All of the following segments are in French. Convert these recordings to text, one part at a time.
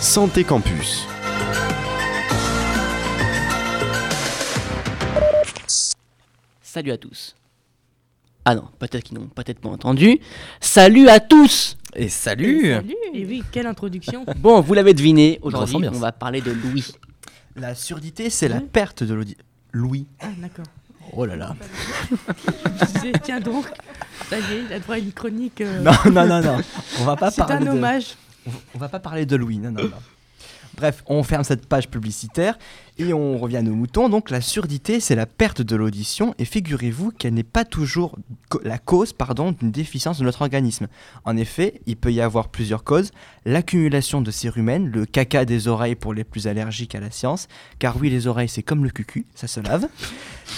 Santé Campus. Salut à tous. Ah non, peut-être qu'ils n'ont peut-être pas entendu. Salut à tous Et salut, Et Eh oui, quelle introduction Bon, vous l'avez deviné, aujourd'hui ressens bien on ça. va parler de Louis. La surdité, c'est la perte de l'audi. Louis. Ah, d'accord. Oh là là. Je disais, tiens donc, ça y est, il a droit à une chronique. euh, Non, non, non, non. On va Bah, pas C'est parler un de- hommage. On va- On va pas parler de Louis, non, non, non. Bref, on ferme cette page publicitaire et on revient à nos moutons. Donc la surdité, c'est la perte de l'audition et figurez-vous qu'elle n'est pas toujours co- la cause pardon, d'une déficience de notre organisme. En effet, il peut y avoir plusieurs causes. L'accumulation de cérumen, le caca des oreilles pour les plus allergiques à la science, car oui, les oreilles, c'est comme le cucu, ça se lave.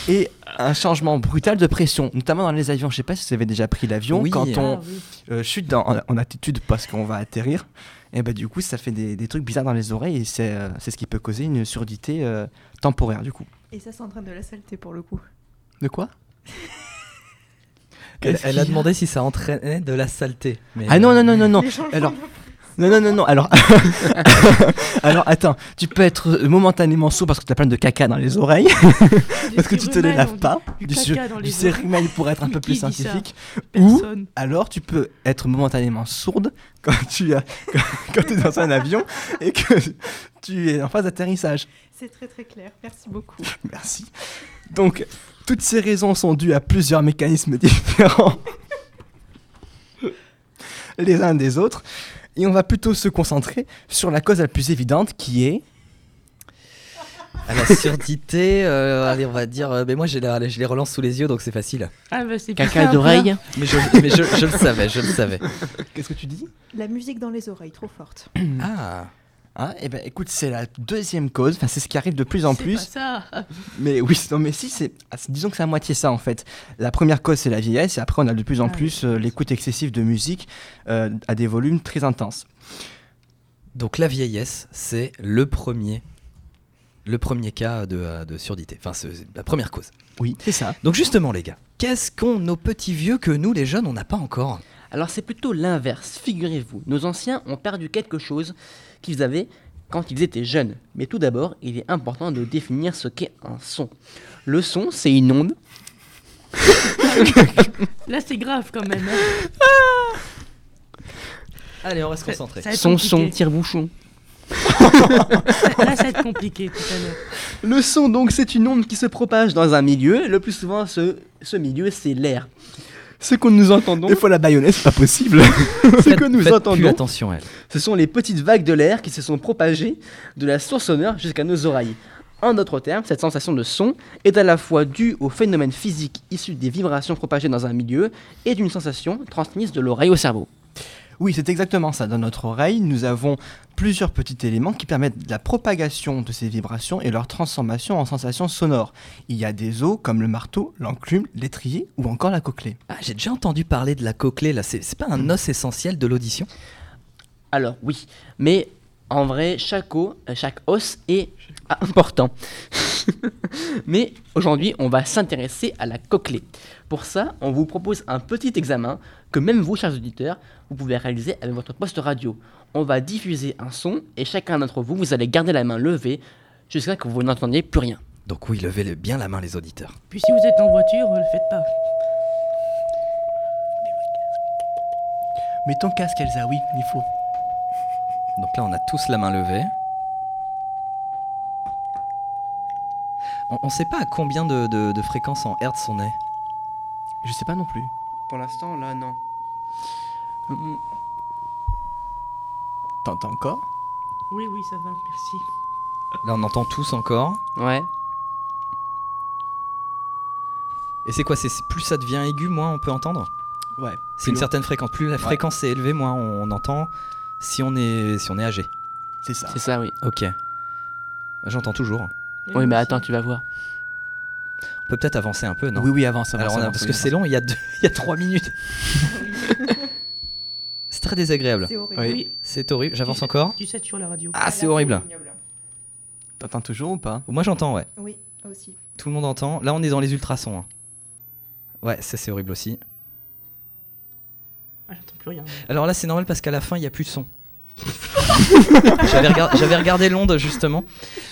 Et un changement brutal de pression, notamment dans les avions. Je sais pas si vous avez déjà pris l'avion. Oui. quand on, Ah, oui. euh, chute dans- en, en altitude parce qu'on va atterrir, et bah du coup ça fait des, des trucs bizarres dans les oreilles et c'est euh, c'est ce qui peut causer une surdité euh, temporaire du coup. Et ça, c'est en train de la saleté pour le coup. De quoi elle, Qu'est-ce elle a qu'il y a demandé si ça entraînait de la saleté. Mais euh, Ah non non non non non Alors non non non non alors alors attends tu peux être euh, momentanément sourd parce que t'as plein de caca dans les oreilles parce que tu te les cérumen, on laves dit. pas du du, caca sur- dans du les cérumen pour être un Mais peu plus qui dit ça scientifique ou Personne. alors tu peux être momentanément sourde quand tu as- quand, quand es dans un avion et que tu es en phase d'atterrissage. C'est très très clair. Merci beaucoup. Merci. Donc, toutes ces raisons sont dues à plusieurs mécanismes différents les uns des autres. Et on va plutôt se concentrer sur la cause la plus évidente qui est... À la surdité, euh, allez, on va dire. euh, mais moi, j'ai la- je les relance sous les yeux, donc c'est facile. Ah, bah, c'est plus Caca simple, d'oreille Mais, je, mais je, je le savais, je le savais. Qu'est-ce que tu dis La musique dans les oreilles, trop forte. Ah, ah, eh ben, écoute, c'est la deuxième cause. Enfin, c'est ce qui arrive de plus là. en C'est plus. pas ça. Mais oui, non, mais si, c'est, ah, c'est- disons que c'est à moitié ça en fait. La première cause, c'est la vieillesse, et après, on a de plus en Ah oui. plus euh, l'écoute excessive de musique euh, à des volumes très intenses. donc la vieillesse, c'est le premier, le premier cas de, euh, de surdité. Enfin, c'est c'est la première cause. Oui, c'est ça. Donc justement, les gars, qu'est-ce qu'ont nos petits vieux que nous, les jeunes, on n'a pas encore Alors c'est plutôt l'inverse, figurez-vous. Nos anciens ont perdu quelque chose qu'ils avaient quand ils étaient jeunes. Mais tout d'abord, il est important de définir ce qu'est un son. Le son, c'est une onde. Là, c'est grave quand même. hein. Allez, on reste Ça- concentrés. ça va être Son, son, compliqué. tire-bouchon. Là, ça va être compliqué tout à l'heure. Le son, donc, c'est une onde qui se propage dans un milieu. Le plus souvent, ce, ce milieu, c'est l'air. Ce que nous entendons, Des fois, la baïonnette, c'est pas possible. ce que nous Faites plus entendons, attention, elle. ce sont les petites vagues de l'air qui se sont propagées de la source sonore jusqu'à nos oreilles. En d'autres termes, cette sensation de son est à la fois due au phénomène physique issu des vibrations propagées dans un milieu et d'une sensation transmise de l'oreille au cerveau. oui, c'est exactement ça. Dans notre oreille, nous avons plusieurs petits éléments qui permettent la propagation de ces vibrations et leur transformation en sensations sonores. Il y a des os comme le marteau, l'enclume, l'étrier ou encore la cochlée. Ah, j'ai déjà entendu parler de la cochlée, là. C'est c'est pas un os essentiel de l'audition Alors oui, mais en vrai, chaque, os, euh, chaque os est important. mais aujourd'hui, on va s'intéresser à la cochlée. Pour ça, on vous propose un petit examen que même vous, chers auditeurs, vous pouvez réaliser avec votre poste radio. On va diffuser un son et chacun d'entre vous, vous allez garder la main levée jusqu'à ce que vous n'entendiez plus rien. Donc oui, levez le- bien la main les auditeurs. Puis si vous êtes en voiture, ne le faites pas. Mets ton casque, Elsa, oui, il faut. Donc là, on a tous la main levée. On, on sait pas à combien de, de- de fréquences en hertz on est. Je sais pas non plus. Pour l'instant, là, non. T'entends encore Oui, oui, ça va, merci. Là, on entend tous encore. Ouais. Et c'est quoi c'est c'est- Plus ça devient aigu, moins on peut entendre Ouais. C'est une certaine fréquence. Plus la fréquence est élevée, moins on, on entend si on est, si on est âgé. C'est ça. C'est ça, oui. Ok. J'entends toujours. Oui, mais moi attends, aussi. tu vas voir. On peut peut-être avancer un peu, non Oui, oui, avance, avance. Alors on a- avance, parce oui, que avance. c'est long, il y, a deux- il y a trois minutes. c'est très désagréable. C'est horrible. Oui. Oui, C'est horrible. J'avance encore. tu sais sur la radio. Ah, c'est horrible. T'entends toujours ou pas Moi j'entends, ouais. Oui, aussi. Tout le monde entend. Là, on est dans les ultrasons. hein. Ouais, ça c'est horrible aussi. Ah, j'entends plus rien. Alors là, c'est normal parce qu'à la fin, il n'y a plus de son. J'avais regard- j'avais regardé l'onde justement.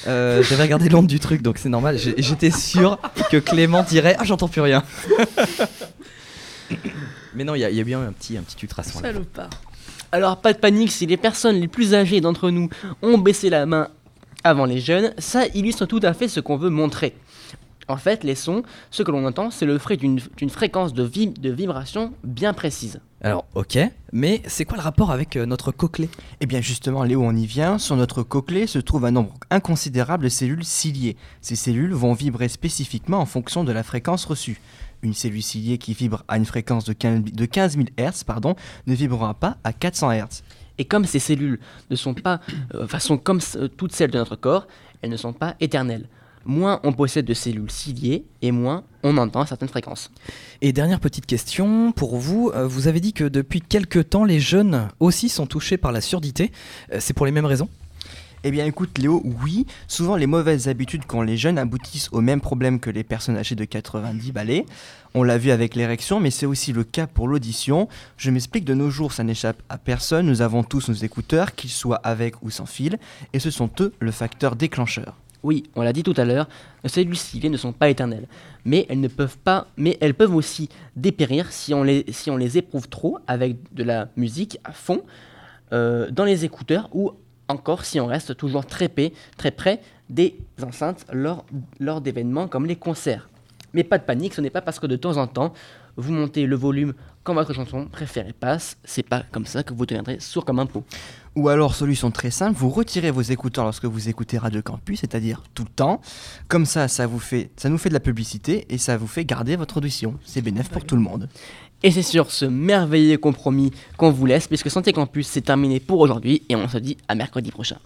Euh, J'avais regardé l'onde du truc, donc c'est normal. J'ai- J'étais sûr que Clément dirait Ah, j'entends plus rien. Mais non, il y, a- il y a bien un petit, un petit ultrason. là. Salopard. Alors pas de panique si les personnes les plus âgées d'entre nous ont baissé la main avant les jeunes, ça illustre tout à fait ce qu'on veut montrer. En fait, les sons, ce que l'on entend, c'est le fruit d'une d'une fréquence de, vi- de vibration bien précise. Alors, ok, mais c'est quoi le rapport avec euh, notre cochlée Eh bien justement, Léo, on y vient. Sur notre cochlée se trouve un nombre inconsidérable de cellules ciliées. Ces cellules vont vibrer spécifiquement en fonction de la fréquence reçue. Une cellule ciliée qui vibre à une fréquence de 15 de 15 000 Hz pardon, ne vibrera pas à 400 Hz. Et comme ces cellules ne sont pas, euh, façon comme c- euh, toutes celles de notre corps, elles ne sont pas éternelles. Moins on possède de cellules ciliées et moins on entend certaines fréquences. Et dernière petite question pour vous. euh, vous avez dit que depuis quelques temps, les jeunes aussi sont touchés par la surdité. Euh, c'est pour les mêmes raisons Eh bien écoute Léo, oui, souvent les mauvaises habitudes quand les jeunes aboutissent au même problème que les personnes âgées de 90 balais. On l'a vu avec l'érection, mais c'est aussi le cas pour l'audition. Je m'explique, de nos jours ça n'échappe à personne, nous avons tous nos écouteurs, qu'ils soient avec ou sans fil, et ce sont eux le facteur déclencheur. Oui, on l'a dit tout à l'heure, nos cellules ciliées ne sont pas éternelles, mais elles ne peuvent pas, mais elles peuvent aussi dépérir si on les, si on les éprouve trop avec de la musique à fond, euh, dans les écouteurs ou encore si on reste toujours très, près- très près des enceintes lors, lors d'événements comme les concerts. Mais pas de panique, ce n'est pas parce que de temps en temps vous montez le volume quand votre chanson préférée passe, c'est pas comme ça que vous deviendrez sourd comme un pot. Ou alors, solution très simple, vous retirez vos écouteurs lorsque vous écoutez Radio Campus, c'est-à-dire tout le temps. Comme ça, ça, vous fait, ça nous fait de la publicité et ça vous fait garder votre audition. C'est bénéf pour tout le monde. Et c'est sur ce merveilleux compromis qu'on vous laisse, puisque Santé Campus c'est terminé pour aujourd'hui, et on se dit à mercredi prochain.